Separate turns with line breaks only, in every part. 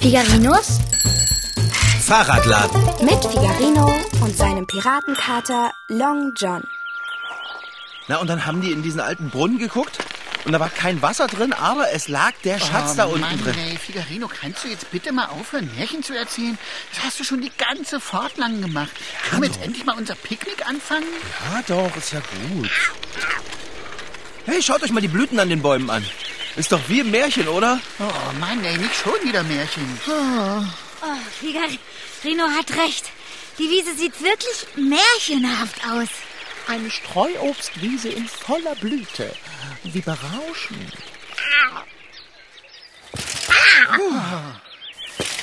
Figarinos
Fahrradladen.
Mit Figarino und seinem Piratenkater Long John.
Na, und dann haben die in diesen alten Brunnen geguckt und da war kein Wasser drin, aber es lag der Schatz da unten
Oh Mann,
drin.
Ey, Figarino, kannst du jetzt bitte mal aufhören, Märchen zu erzählen? Das hast du schon die ganze Fahrt lang gemacht. Können wir jetzt endlich mal unser Picknick anfangen?
Ja, doch, ist ja gut. Hey, schaut euch mal die Blüten an den Bäumen an. Ist doch wie im Märchen, oder?
Oh Mann, ey, nicht schon wieder Märchen.
Oh, Figarino hat recht. Die Wiese sieht wirklich märchenhaft aus.
Eine Streuobstwiese in voller Blüte. Wie berauschend.
Ah.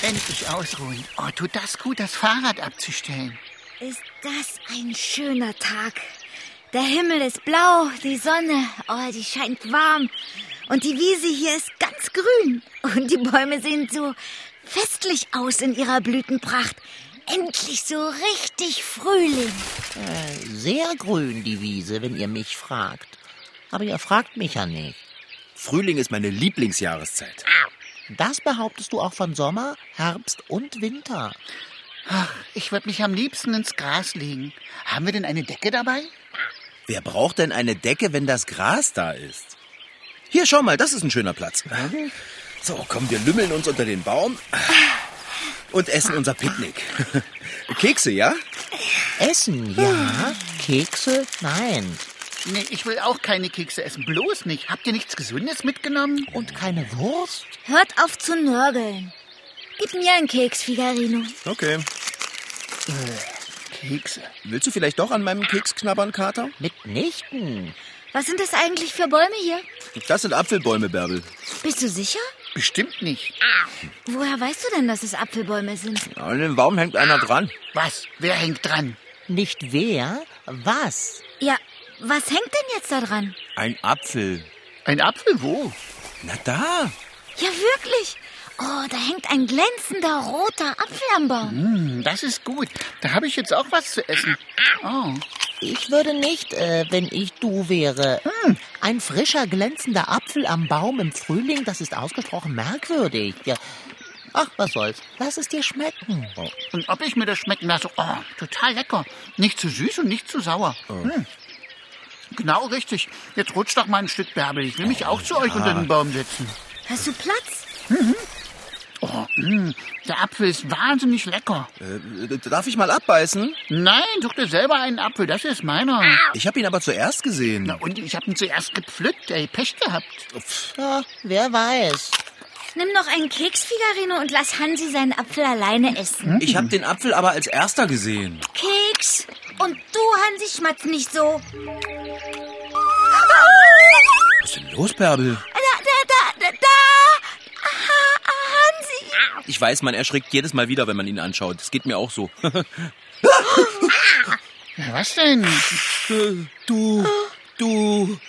Endlich ausruhen. Oh, tut das gut, das Fahrrad abzustellen.
Ist das ein schöner Tag. Der Himmel ist blau, die Sonne, oh, die scheint warm. Und die Wiese hier ist ganz grün. Und die Bäume sehen so festlich aus in ihrer Blütenpracht. Endlich so richtig Frühling.
Sehr grün, die Wiese, wenn ihr mich fragt. Aber ihr fragt mich ja nicht.
Frühling ist meine Lieblingsjahreszeit.
Das behauptest du auch von Sommer, Herbst und Winter.
Ich würde mich am liebsten ins Gras legen. Haben wir denn eine Decke dabei?
Wer braucht denn eine Decke, wenn das Gras da ist? Hier, schau mal, das ist ein schöner Platz. So, komm, wir lümmeln uns unter den Baum und essen unser Picknick. Kekse, ja?
Essen, ja. Kekse, nein.
Nee, ich will auch keine Kekse essen. Bloß nicht. Habt ihr nichts Gesundes mitgenommen?
Und keine Wurst?
Hört auf zu nörgeln. Gib mir einen Keks, Figarino.
Okay.
Kekse.
Willst du vielleicht doch an meinem Keks knabbern, Kater?
Mitnichten.
Was sind das eigentlich für Bäume hier?
Das sind Apfelbäume, Bärbel.
Bist du sicher?
Bestimmt nicht.
Woher weißt du denn, dass es Apfelbäume sind?
An dem Baum hängt einer dran.
Was? Wer hängt dran?
Nicht wer, was?
Ja, was hängt denn jetzt da dran?
Ein Apfel.
Ein Apfel wo?
Na da.
Ja, wirklich. Oh, da hängt ein glänzender roter Apfel am Baum.
Hm, das ist gut. Da habe ich jetzt auch was zu essen. Oh.
Ich würde nicht, äh, wenn ich du wäre. Hm, ein frischer, glänzender Apfel am Baum im Frühling, das ist ausgesprochen merkwürdig. Ja. Ach, was soll's. Lass es dir schmecken.
Und ob ich mir das schmecken lasse? Oh, total lecker. Nicht zu süß und nicht zu sauer. Hm. Genau richtig. Jetzt rutscht doch mal ein Stück Bärbel. Ich will mich auch zu euch unter den Baum setzen.
Hast du Platz?
Oh, hm. Der Apfel ist wahnsinnig lecker.
Äh, darf ich mal abbeißen?
Nein, such dir selber einen Apfel. Das ist meiner.
Ich habe ihn aber zuerst gesehen.
Na und ich habe ihn zuerst gepflückt. Ey, Pech gehabt.
Ja, wer weiß.
Nimm noch einen Keks, Figarino, und lass Hansi seinen Apfel alleine essen.
Hm? Ich habe den Apfel aber als erster gesehen.
Keks! Und du, Hansi, schmatz nicht so.
Was ist denn los, Bärbel?
Da, da, da, da, da! Aha, Hansi!
Ich weiß, man erschrickt jedes Mal wieder, wenn man ihn anschaut. Das geht mir auch so.
Na, was denn?
Du, du.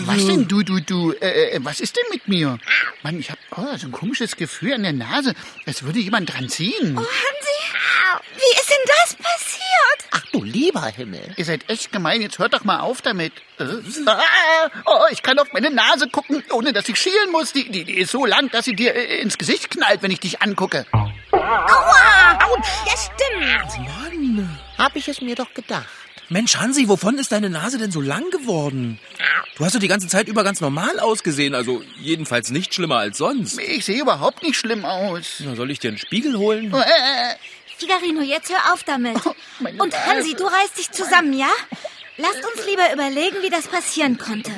Was denn, du, du, du? Äh, äh, was ist denn mit mir? Mann, ich habe oh, so ein komisches Gefühl an der Nase. Es würde jemand dran ziehen.
Hansi, wie ist denn das passiert?
Ach du lieber Himmel.
Ihr seid echt gemein, jetzt hört doch mal auf damit. Äh, ah, oh, ich kann auf meine Nase gucken, ohne dass ich schielen muss. Die, die, die ist so lang, dass sie dir äh, ins Gesicht knallt, wenn ich dich angucke.
Aua! Ja, stimmt.
Mann.
Hab ich es mir doch gedacht.
Mensch, Hansi, wovon ist deine Nase denn so lang geworden? Du hast doch die ganze Zeit über ganz normal ausgesehen. Also jedenfalls nicht schlimmer als sonst.
Ich sehe überhaupt nicht schlimm aus.
Na, soll ich dir einen Spiegel holen?
Äh,
Figarino, jetzt hör auf damit.
Oh, meine
Und Hansi, du reißt dich zusammen, ja? Lasst uns lieber überlegen, wie das passieren konnte.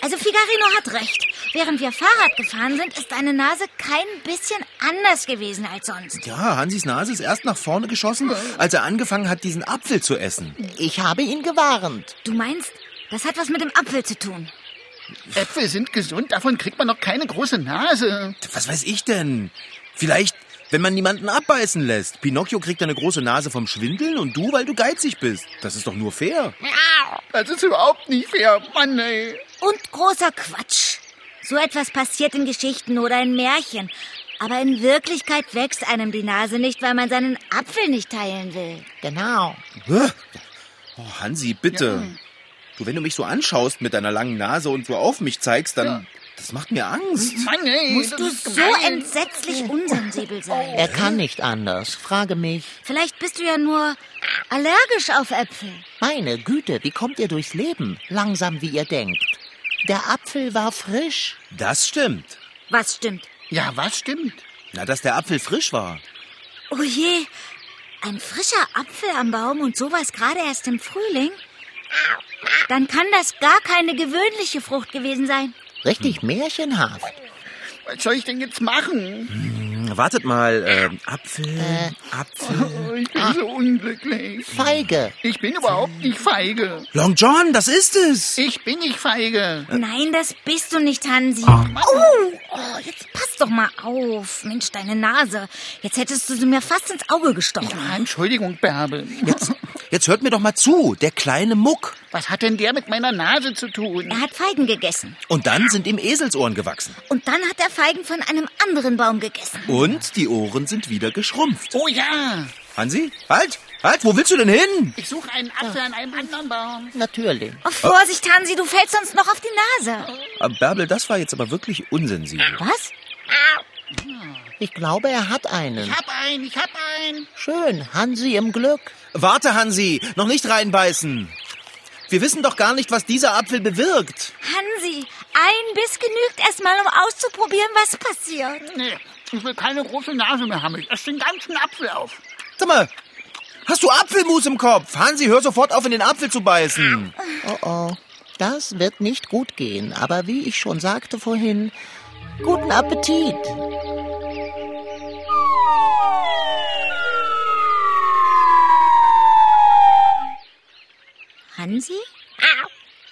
Also Figarino hat recht. Während wir Fahrrad gefahren sind, ist deine Nase kein bisschen anders gewesen als sonst.
Ja, Hansis Nase ist erst nach vorne geschossen, als er angefangen hat, diesen Apfel zu essen.
Ich habe ihn gewarnt.
Du meinst, das hat was mit dem Apfel zu tun.
Äpfel sind gesund, davon kriegt man noch keine große Nase.
Was weiß ich denn? Vielleicht, wenn man niemanden abbeißen lässt. Pinocchio kriegt eine große Nase vom Schwindeln und du, weil du geizig bist. Das ist doch nur fair.
Das ist überhaupt nicht fair. Mann, ey.
Und großer Quatsch. So etwas passiert in Geschichten oder in Märchen. Aber in Wirklichkeit wächst einem die Nase nicht, weil man seinen Apfel nicht teilen will.
Genau.
Hä? Oh, Hansi, bitte. Du, wenn du mich so anschaust mit deiner langen Nase und so auf mich zeigst, dann Das macht mir Angst.
Mann, ey,
Musst
das
du
ist
so
gemein.
entsetzlich unsensibel sein?
Er kann nicht anders. Frage mich.
Vielleicht bist du ja nur allergisch auf Äpfel.
Meine Güte, wie kommt ihr durchs Leben? Langsam, wie ihr denkt. Der Apfel war frisch.
Das stimmt.
Was stimmt?
Ja, was stimmt?
Na, dass der Apfel frisch war.
Oh je, ein frischer Apfel am Baum und sowas gerade erst im Frühling? Dann kann das gar keine gewöhnliche Frucht gewesen sein.
Richtig märchenhaft.
Was soll ich denn jetzt machen?
Hm, Wartet mal. ähm, Apfel, Apfel.
Oh, ich bin so unglücklich.
Feige.
Ich bin überhaupt nicht feige.
Long John, das ist es.
Ich bin nicht feige.
Nein, das bist du nicht, Hansi. Oh, oh, jetzt pass doch mal auf. Mensch, deine Nase. Jetzt hättest du sie mir fast ins Auge gestochen.
Ah, Entschuldigung, Bärbel.
Jetzt hört mir doch mal zu. Der kleine Muck.
Was hat denn der mit meiner Nase zu tun?
Er hat Feigen gegessen.
Und dann sind ihm Eselsohren gewachsen.
Und dann hat er Feigen von einem anderen Baum gegessen.
Und die Ohren sind wieder geschrumpft.
Oh ja,
Hansi, halt, halt, wo willst du denn hin?
ich suche einen Apfel an einem anderen Baum.
Natürlich.
Oh, Vorsicht, Hansi, du fällst sonst noch auf die Nase.
Äh, Bärbel, das war jetzt aber wirklich unsensibel.
Was?
Ich glaube, er hat einen.
Ich hab einen, ich hab einen.
Schön. Hansi im Glück.
Warte, Hansi, noch nicht reinbeißen. Wir wissen doch gar nicht, was dieser Apfel bewirkt.
Hansi, ein Biss genügt erstmal, um auszuprobieren, was passiert.
Nee, ich will keine große Nase mehr haben. Ich esse den ganzen Apfel auf.
Sag mal, hast du Apfelmus im Kopf? Hansi, hör sofort auf, in den Apfel zu beißen.
Oh oh. Das wird nicht gut gehen. Aber wie ich schon sagte vorhin, guten Appetit.
Hansi?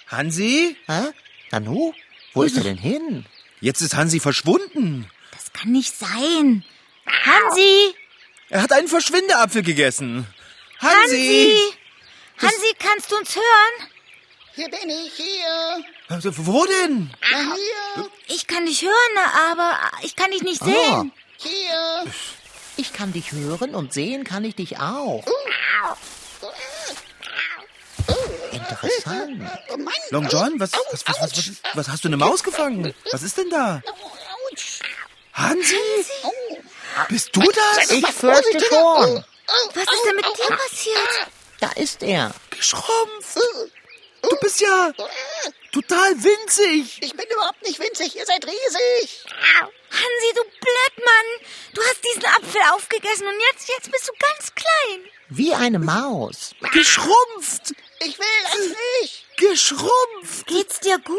Hansi?
Hä? Nanu? Wo ist er denn hin?
Jetzt ist Hansi verschwunden.
Das kann nicht sein. Hansi!
Er hat einen Verschwindeapfel gegessen.
Hansi!
Hansi!
Hansi, kannst du uns hören?
Hier bin ich, hier.
Also, Wo denn?
Na, hier,
Ich kann dich hören, aber ich kann dich nicht
Ah,
sehen.
hier.
ich kann dich hören und sehen kann ich dich auch. Interessant.
Oh Mann.
Long John, was, was, was, was, was, was hast du eine Maus gefangen? Was ist denn da?
Autsch.
Hansi? Bist du das?
Ich fürchte schon.
Was ist denn mit dir passiert?
Da ist er.
geschrumpft.
Äh,
Du bist ja total winzig.
Ich bin überhaupt nicht winzig, ihr seid riesig.
Hansi, du Blödmann! Du hast diesen Apfel aufgegessen und jetzt, jetzt bist du ganz klein.
Wie eine Maus.
Geschrumpft.
Ich will das nicht.
Geschrumpft.
Geht's dir gut?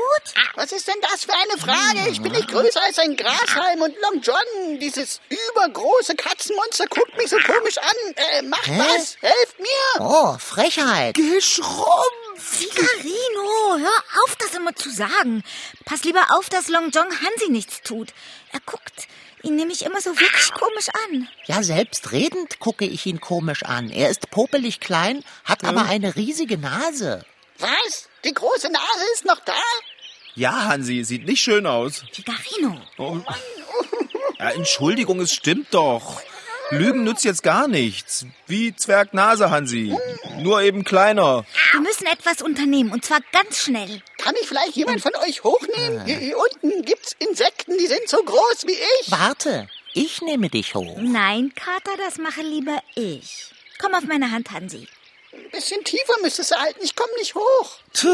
Was ist denn das für eine Frage? Ich bin nicht größer als ein Grashalm und Long John, dieses übergroße Katzenmonster, guckt mich so komisch an. Äh, macht
Hä?
was, helft mir.
Oh, Frechheit.
Geschrumpft.
Figarino, Um hör auf, das immer zu sagen. Pass lieber auf, dass Long John Hansi nichts tut. Er guckt ihn nämlich immer so wirklich komisch an.
Ja, selbstredend gucke ich ihn komisch an. Er ist popelig klein, hat aber eine riesige Nase.
Was? Die große Nase ist noch da?
Ja, Hansi, sieht nicht schön aus. Oh.
Figarino,
Oh
Ja, Entschuldigung, es stimmt doch. Lügen nützt jetzt gar nichts. Wie Zwergnase, Hansi.
Oh.
Nur eben kleiner.
wir müssen etwas unternehmen und zwar ganz schnell.
Kann ich vielleicht jemand von euch hochnehmen? Hier, hier unten gibt's Insekten, die sind so groß wie ich.
Warte, ich nehme dich hoch.
Nein, Kater, das mache lieber ich. Komm auf meine Hand, Hansi.
Ein bisschen tiefer müsstest du halten, ich komme nicht hoch.
Tch,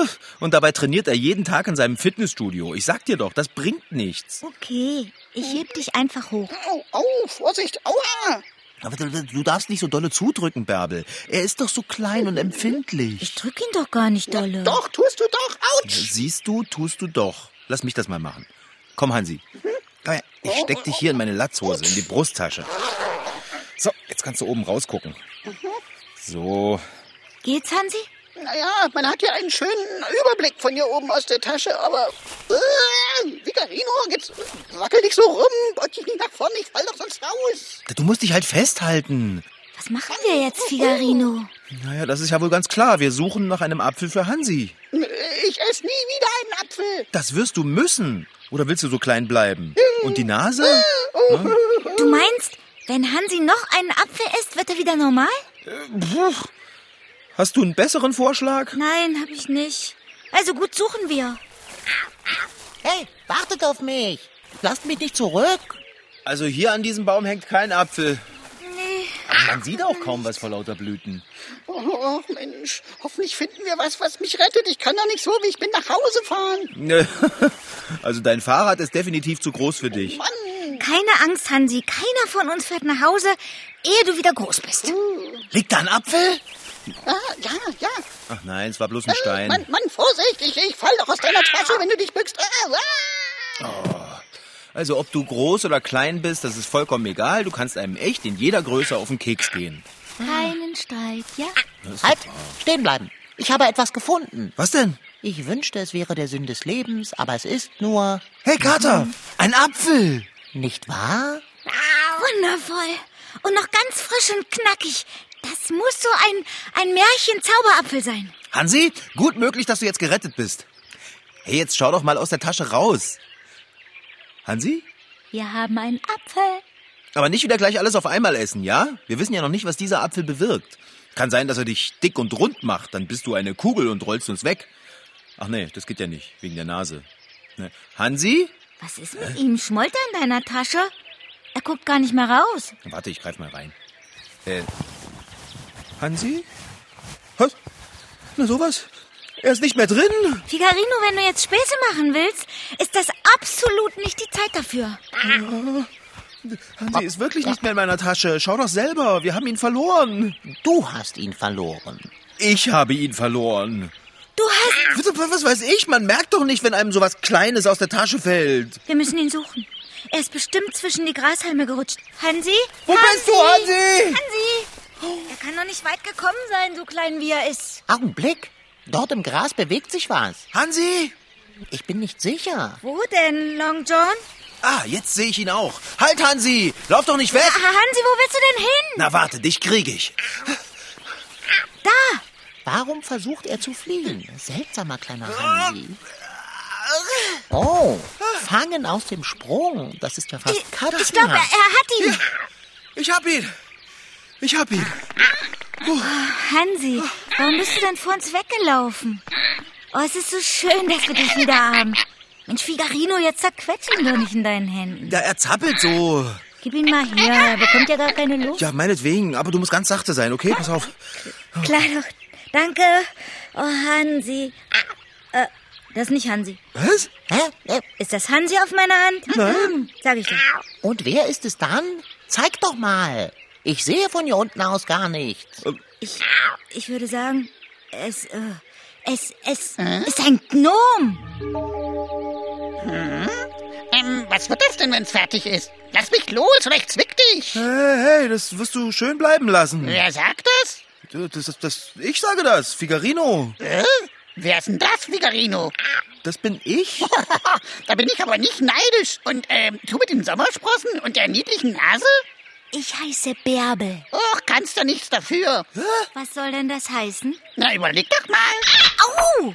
Und dabei trainiert er jeden Tag in seinem Fitnessstudio. Ich sag dir doch, das bringt nichts.
Okay, ich heb dich einfach hoch.
Au, au, Vorsicht, aua.
Aber du- du darfst nicht so dolle zudrücken, Bärbel. Er ist doch so klein und empfindlich.
Ich drück ihn doch gar nicht dolle.
Doch, tust du doch, autsch.
Siehst du, tust du doch. Lass mich das mal machen. Komm, Hansi. Komm her. Ich steck dich hier in meine Latzhose, in die Brusttasche. So, jetzt kannst du oben rausgucken. So.
Geht's, Hansi?
Naja, man hat ja einen schönen Überblick von hier oben aus der Tasche, aber... Äh, Vicarino, jetzt wackel dich so rum, beug dich nicht nach vorne, ich fall doch sonst raus.
Du musst dich halt festhalten.
Was machen wir jetzt, Figarino?
Naja, das ist ja wohl ganz klar. Wir suchen nach einem Apfel für Hansi.
Ich esse nie wieder einen Apfel.
Das wirst du müssen. Oder willst du so klein bleiben? Und die Nase?
Du meinst, wenn Hansi noch einen Apfel isst, wird er wieder normal?
Hast du einen besseren Vorschlag?
Nein, hab ich nicht. Also gut, suchen wir.
Hey, wartet auf mich. Lasst mich nicht zurück.
Also hier an diesem Baum hängt kein Apfel. Nee. Man sieht auch kaum was vor lauter Blüten.
Oh, Mensch, hoffentlich finden wir was, was mich rettet. Ich kann doch nicht so, wie ich bin, nach Hause fahren.
Nö. Ne. Also dein Fahrrad ist definitiv zu groß für dich.
Keine Angst, Hansi. Keiner von uns fährt nach Hause, ehe du wieder groß bist.
Liegt da ein Apfel?
Ah, ja, ja.
Ach nein, es war bloß ein
Äh, Mann,
Stein.
Mann, Vorsicht, ich, ich fall doch aus deiner Tasche, wenn du dich bückst. Ah, ah.
Also ob du groß oder klein bist, das ist vollkommen egal. Du kannst einem echt in jeder Größe auf den Keks gehen.
Keinen Streit, ja?
Halt, stehen bleiben. Ich habe etwas gefunden.
Was denn?
Ich wünschte, es wäre der Sinn des Lebens, aber es ist nur
Hey Kater,
Mhm.
ein Apfel!
nicht wahr?
Wundervoll. Und noch ganz frisch und knackig. Das muss so ein, ein Märchen-Zauberapfel sein.
Hansi, gut möglich, dass du jetzt gerettet bist. Hey, jetzt schau doch mal aus der Tasche raus. Hansi?
Wir haben einen Apfel.
Aber nicht wieder gleich alles auf einmal essen, ja? Wir wissen ja noch nicht, was dieser Apfel bewirkt. Kann sein, dass er dich dick und rund macht, dann bist du eine Kugel und rollst uns weg. Ach nee, das geht ja nicht, wegen der Nase. Ne. Hansi?
Was ist mit ihm? Schmollt er in deiner Tasche? Er guckt gar nicht mehr raus.
Warte, ich greif mal rein. Äh, Hansi? Was? Na sowas? Er ist nicht mehr drin?
Figarino, wenn du jetzt Späße machen willst, ist das absolut nicht die Zeit dafür.
Hansi ist wirklich nicht mehr in meiner Tasche. Schau doch selber, wir haben ihn verloren.
Du hast ihn verloren.
Ich habe ihn verloren.
Du hast...
Was, was weiß ich? Man merkt doch nicht, wenn einem sowas Kleines aus der Tasche fällt.
Wir müssen ihn suchen. Er ist bestimmt zwischen die Grashalme gerutscht. Hansi?
Wo bist du, Hansi?
Hansi! Er kann noch nicht weit gekommen sein, so klein wie er ist.
Augenblick. Dort im Gras bewegt sich was.
Hansi?
Ich bin nicht sicher.
Wo denn, Long John?
Ah, jetzt sehe ich ihn auch. Halt, Hansi! Lauf doch nicht weg!
Ah, Hansi, wo willst du denn hin?
Na warte, dich kriege ich.
Da!
Warum versucht er zu fliehen? Seltsamer kleiner Hansi. Oh, fangen aus dem Sprung. Das ist ja fast
Ich glaube, er, er
katzenhaft.
hat ihn.
Ich hab ihn. Ich hab ihn.
Hansi, warum bist du denn vor uns weggelaufen? Oh, es ist so schön, dass wir dich wieder haben. Mensch, Figarino, jetzt zerquetsch ihn doch nicht in deinen Händen.
Ja, er zappelt so.
Gib ihn mal her, er bekommt ja gar keine Luft.
Ja, meinetwegen, aber du musst ganz sachte sein, okay? Pass auf.
Klar doch. Danke. Oh, Hansi. Äh, das ist nicht Hansi.
Was?
Hä? Äh,
Ist das Hansi auf meiner Hand? Nein. Sag ich doch.
Und wer ist es dann? Zeig doch mal. Ich sehe von hier unten aus gar nichts.
Ich, ich würde sagen, es, äh, es, es ist ein Gnom.
Ähm, was wird das denn, wenn's fertig ist? Lass mich los oder ich zwick dich.
Hey, Äh, hey, das wirst du schön bleiben lassen.
Wer sagt das?
Das, das, das, ich sage das, Figarino.
Äh? Wer ist denn das, Figarino?
Das bin ich.
da bin ich aber nicht neidisch. Und ähm, du mit den Sommersprossen und der niedlichen Nase?
Ich heiße Bärbel.
Och, kannst du nichts dafür.
Was soll denn das heißen?
Na, überleg doch mal.
Au!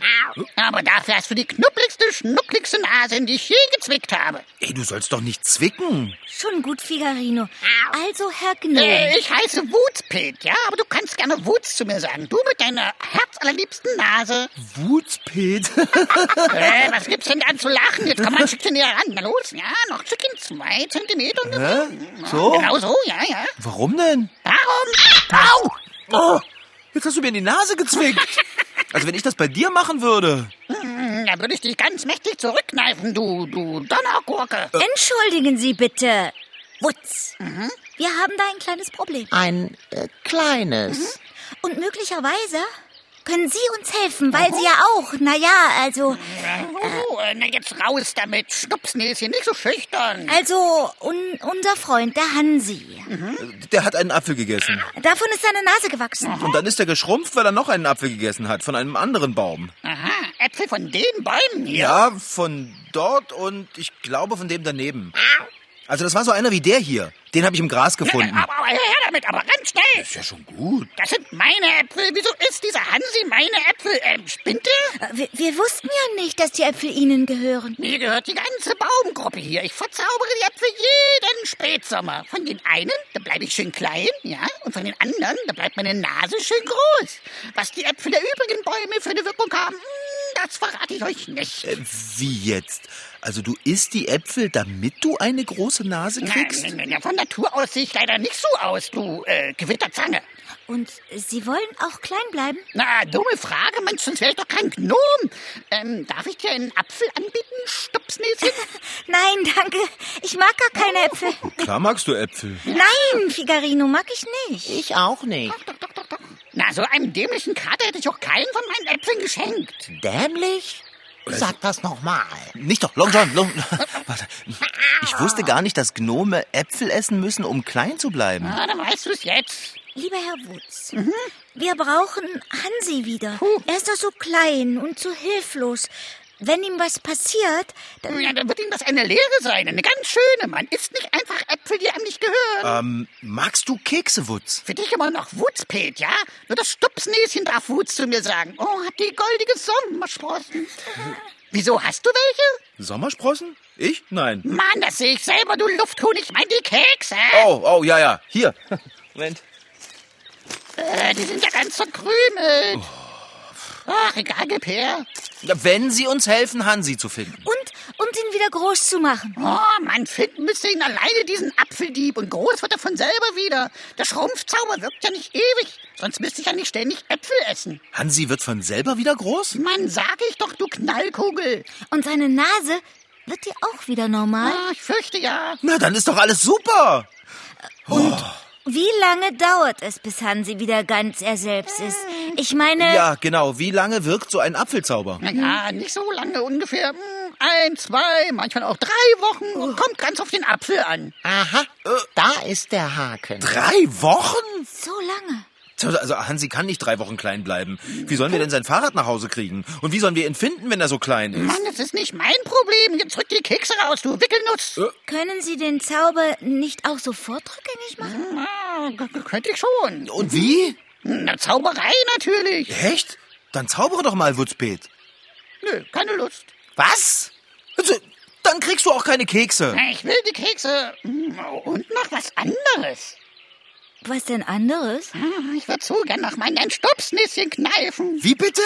Aber dafür hast du die knuppeligste, schnuckligste Nase, in die ich je gezwickt habe.
Ey, du sollst doch nicht zwicken.
Schon gut, Figarino. Also, Herr Gnom.
Äh, ich heiße Wutspit, ja, aber du kannst gerne Wutz zu mir sagen. Du mit deiner herzallerliebsten Nase.
Wutspet.
Äh, was gibt's denn da zu lachen? Jetzt komm mal ein Stückchen näher ran. Na los, ja, noch ein Stückchen, zwei Zentimeter ungefähr.
So?
Genau so, ja, ja.
Warum denn?
Warum? Au!
Oh, jetzt hast du mir in die Nase gezwickt. Also wenn ich das bei dir machen würde.
Hm, Da würde ich dich ganz mächtig zurückkneifen, du, du Donnergurke.
Entschuldigen Sie bitte. Wutz. Wir haben da ein kleines Problem.
Ein äh,
Mhm.
kleines.
Und möglicherweise können Sie uns helfen, weil Sie ja auch, naja, also,
Oh, äh, na jetzt raus damit. Schnupsnäschen, nicht so schüchtern.
also un, unser Freund, der Hansi.
Der hat einen Apfel gegessen.
Davon ist seine Nase gewachsen.
Und dann ist er geschrumpft, weil er noch einen Apfel gegessen hat von einem anderen Baum.
Aha, Äpfel von den Bäumen hier.
Ja, von dort und ich glaube von dem daneben. Also das war so einer wie der hier. Den habe ich im Gras gefunden.
Äh, Aber, aber her damit, aber ganz schnell.
Ist ja schon gut.
Das sind meine Äpfel. Wieso ist dieser Hansi meine Äpfel? Ähm, spinnt er?
Äh, Wir, wir wussten ja nicht, dass die Äpfel Ihnen gehören.
Mir gehört die ganze Baumgruppe hier. Ich verzaubere die Äpfel jeden Spätsommer. Von den einen, da bleibe ich schön klein, ja, und von den anderen, da bleibt meine Nase schön groß. Was die Äpfel der übrigen Bäume für eine Wirkung haben, mm, das verrate ich euch nicht.
Äh, Wie jetzt? Also du isst die Äpfel, damit du eine große Nase
Na,
kriegst?
na, na, von Natur aus sehe ich leider nicht so aus, du äh, Gewitterzange.
Und Sie wollen auch klein bleiben?
Na, dumme Frage, Mensch, sonst wäre ich doch kein Gnom. Ähm, darf ich dir einen Apfel anbieten, Stupsnäschen?
Nein, danke. Ich mag gar keine Äpfel.
Klar magst du Äpfel.
Nein, Figarino mag ich nicht.
Ich auch nicht.
Na, so einem dämlichen Kater hätte ich auch keinen von meinen Äpfeln geschenkt.
Dämlich? Sag das nochmal.
Nicht doch, Long John, Long Warte. Ich wusste gar nicht, dass Gnome Äpfel essen müssen, um klein zu bleiben.
Na, dann weißt du es jetzt.
Lieber Herr Wutz, wir brauchen Hansi wieder. Er ist doch so klein und so hilflos. Wenn ihm was passiert, dann...
Ja, dann wird ihm das eine Lehre sein, eine ganz schöne. Man isst nicht einfach Äpfel, die einem nicht gehören.
Ähm, magst du Kekse, Wutz?
Für dich immer noch Wutzpet, ja? Nur das Stupsnäschen darf Wutz zu mir sagen. Oh, hat die goldige Sommersprossen. Wieso, hast du welche?
Sommersprossen? Ich? Nein.
Mann, das sehe ich selber, du Lufthuhn. Ich meine die Kekse.
Oh, oh, ja, ja. Hier. Moment.
Äh, die sind ja ganz verkrümelt. Ach, egal, gib her.
Na, Wenn sie uns helfen, Hansi zu finden.
Und um den wieder groß zu machen.
Oh, man finden müsste ihn alleine, diesen Apfeldieb. Und groß wird er von selber wieder. Der Schrumpfzauber wirkt ja nicht ewig. Sonst müsste ich ja nicht ständig Äpfel essen.
Hansi wird von selber wieder groß?
Mann, sag ich doch, du Knallkugel.
Und seine Nase, wird die auch wieder normal?
Ah, ich fürchte ja.
Na, dann ist doch alles super.
Wie lange dauert es, bis Hansi wieder ganz er selbst ist? Ich meine,
Ja, genau. Wie lange wirkt so ein Apfelzauber?
Naja, nicht so lange ungefähr. Hm, Ein, zwei, manchmal auch drei Wochen. Und kommt ganz auf den Apfel an.
Aha, da ist der Haken.
Drei Wochen?
so lange.
Also Hansi kann nicht drei Wochen klein bleiben. Wie sollen wir denn sein Fahrrad nach Hause kriegen? Und wie sollen wir ihn finden, wenn er so klein ist?
Mann, das ist nicht mein Problem. Jetzt rück die Kekse raus, du Wickelnuss.
Können Sie den Zauber nicht auch sofort rückgängig machen?
Ah, k- k- könnte ich schon.
Und wie?
Na, Zauberei natürlich.
Echt? Dann zaubere doch mal, Wutzpet.
Nö, keine Lust.
Was? Also, Dann kriegst du auch keine Kekse.
Ich will die Kekse. Hm, Und noch was anderes.
Was denn anderes?
Ah, Ich würde so gern nach meinen Stupsnäschen kneifen.
Wie bitte?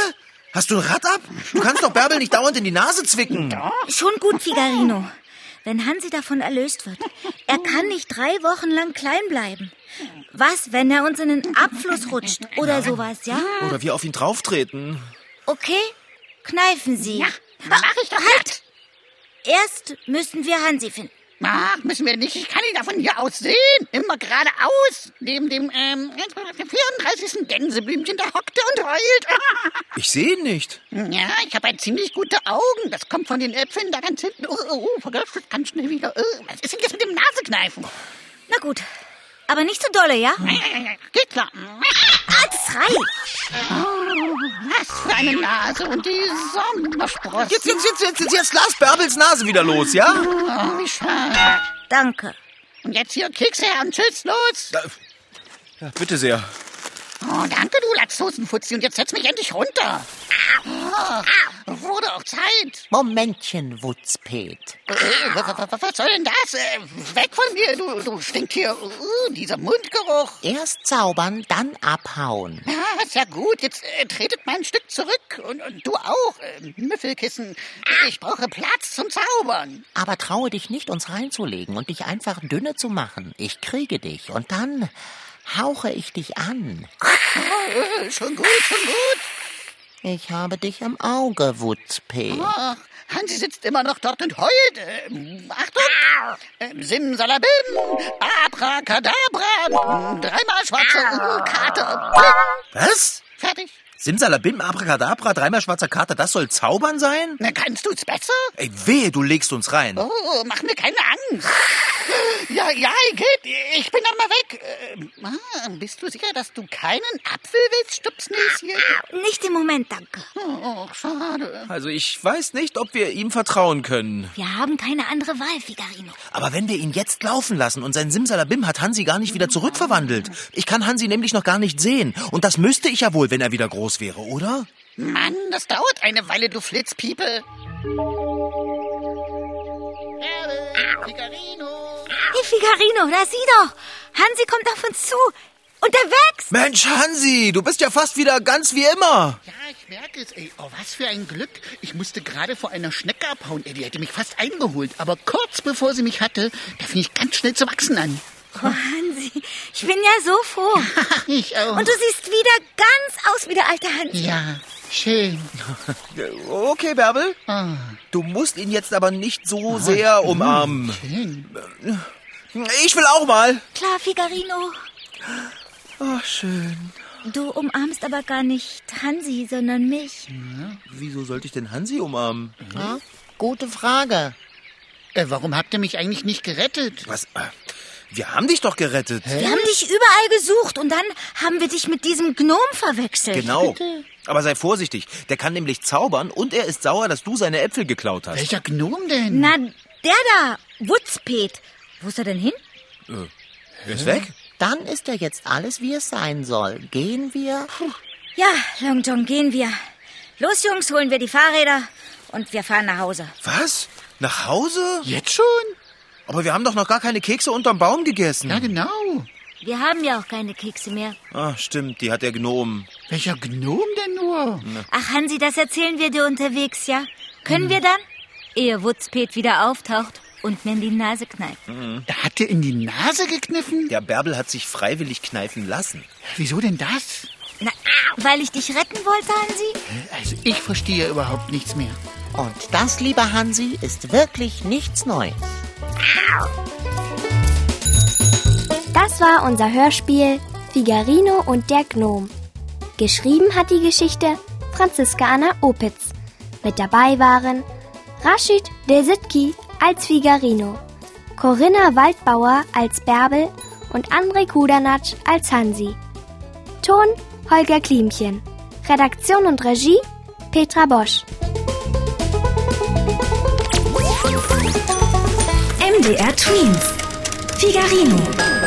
Hast du ein Rad ab? Du kannst doch Bärbel nicht dauernd in die Nase zwicken.
Schon gut, Figarino. Wenn Hansi davon erlöst wird. Er kann nicht drei Wochen lang klein bleiben. Was, wenn er uns in den Abfluss rutscht oder sowas, ja?
Oder wir auf ihn drauftreten.
Okay, kneifen Sie.
Ja, mach ich doch Hm? halt.
Erst müssen wir Hansi finden.
Ach, müssen wir nicht. Ich kann ihn da von hier aus sehen. Immer geradeaus. Neben dem, ähm, 34. Gänseblümchen, da hockt er und heult.
Ich sehe ihn nicht.
ja, ich habe halt ziemlich gute Augen. Das kommt von den Äpfeln da ganz hinten. Oh, oh, oh, vergriff wird ganz schnell wieder. Oh, was ist denn jetzt mit dem Nasekneifen?
Na gut, aber nicht zu dolle, ja?
Geht klar.
Ah, das reicht.
Oh, was für eine Nase und die Sommersprossen.
Jetzt, jetzt, jetzt, jetzt, jetzt, jetzt lass Bärbels Nase wieder los, ja?
Oh, wie schade.
Danke.
Und jetzt hier Kekse her und tschüss, los.
ja bitte sehr.
Oh, danke, du Latzhosenfutzi. Und jetzt setz mich endlich runter. Ah, wurde auch Zeit.
Momentchen, Wutzpet.
Äh, wa- wa- wa- was soll denn das? Äh, weg von mir, du, du Stinktier. Uh, dieser Mundgeruch.
Erst zaubern, dann abhauen.
Ja, ist ja gut. Jetzt äh, tretet mal ein Stück zurück. Und, und du auch, äh, Müffelkissen. Ich brauche Platz zum Zaubern.
Aber traue dich nicht, uns reinzulegen und dich einfach dünne zu machen. Ich kriege dich und dann hauche ich dich an.
Äh, schon gut, schon gut.
Ich habe dich im Auge, Wutzpet.
Ach, Hansi Ah, sitzt immer noch dort und heult. Ähm, Achtung! Ähm, Simsalabim! Abracadabra! Ähm, Dreimal schwarze äh, Karte.
Was?
Fertig.
Simsalabim, Abracadabra, dreimal schwarzer Kater, das soll zaubern sein?
Na, kannst du's besser?
Ey, wehe, du legst uns rein.
Oh, mach mir keine Angst. Ja, ja, geht. Ich bin dann mal weg. Ähm, ah, bist du sicher, dass du keinen Apfel willst, Stupsnäschen?
Nicht im Moment, danke.
Oh, schade.
Also ich weiß nicht, ob wir ihm vertrauen können.
Wir haben keine andere Wahl, Figarino.
Aber wenn wir ihn jetzt laufen lassen und sein Simsalabim hat Hansi gar nicht wieder zurückverwandelt. Ich kann Hansi nämlich noch gar nicht sehen. Und das müsste ich ja wohl, wenn er wieder groß wäre, oder?
Mann, das dauert eine Weile, du Flitzpiepe. Bärbel, Figarino.
Hey, Figarino, da sieh doch. Hansi kommt auf uns zu. Und er wächst.
Mensch, Hansi, du bist ja fast wieder ganz wie immer.
Ja, ich Zwerg ist, ey. Oh, was für ein Glück. Ich musste gerade vor einer Schnecke abhauen, ey. Die hätte mich fast eingeholt. Aber kurz bevor sie mich hatte, da fing ich ganz schnell zu wachsen an.
Oh, Hansi, ich bin ja so froh.
ich auch.
Und du siehst wieder ganz aus wie der alte Hansi.
ja, schön.
Okay, Bärbel. Du musst ihn jetzt aber nicht so sehr umarmen.
Schön.
Ich will auch mal.
Klar, Figarino.
Ach, schön.
Du umarmst aber gar nicht Hansi, sondern mich.
Wieso sollte ich denn Hansi umarmen?
Ja, gute Frage.
Äh, warum habt ihr mich eigentlich nicht gerettet?
Was? Äh, Wir haben dich doch gerettet.
Wir haben dich überall gesucht und dann haben wir dich mit diesem Gnom verwechselt.
Genau. Aber sei vorsichtig. Der kann nämlich zaubern und er ist sauer, dass du seine Äpfel geklaut hast.
Welcher Gnom denn?
Na, der da, Wutzpet. Wo ist er denn hin?
Er ist weg?
Dann ist ja jetzt alles, wie es sein soll. Gehen wir?
Ja, Long John, gehen wir. Los, Jungs, holen wir die Fahrräder und wir fahren nach Hause.
Was? Nach Hause?
Jetzt schon?
Aber wir haben doch noch gar keine Kekse unterm Baum gegessen.
Ja, genau.
Wir haben ja auch keine Kekse mehr.
Ach, Ah, stimmt, die hat der Gnom.
Welcher Gnom denn nur?
Ach, Hansi, das erzählen wir dir unterwegs, ja? Können wir dann? Ehe Wutzpet wieder auftaucht und mir in die Nase kneift.
Er hat dir in die Nase gekniffen?
Der Bärbel hat sich freiwillig kneifen lassen.
Wieso denn das?
Na, ah, weil ich dich retten wollte, Hansi?
Also ich verstehe überhaupt nichts mehr.
Und das, lieber Hansi, ist wirklich nichts Neues.
Das war unser Hörspiel Figarino und der Gnom. Geschrieben hat die Geschichte Franziska Anna Opitz. Mit dabei waren Rashid Desitki als Figarino, Corinna Waldbauer als Bärbel und André Kudanatsch als Hansi. Ton Holger Klimchen. Redaktion und Regie Petra Bosch.
MDR Twins. Figarino.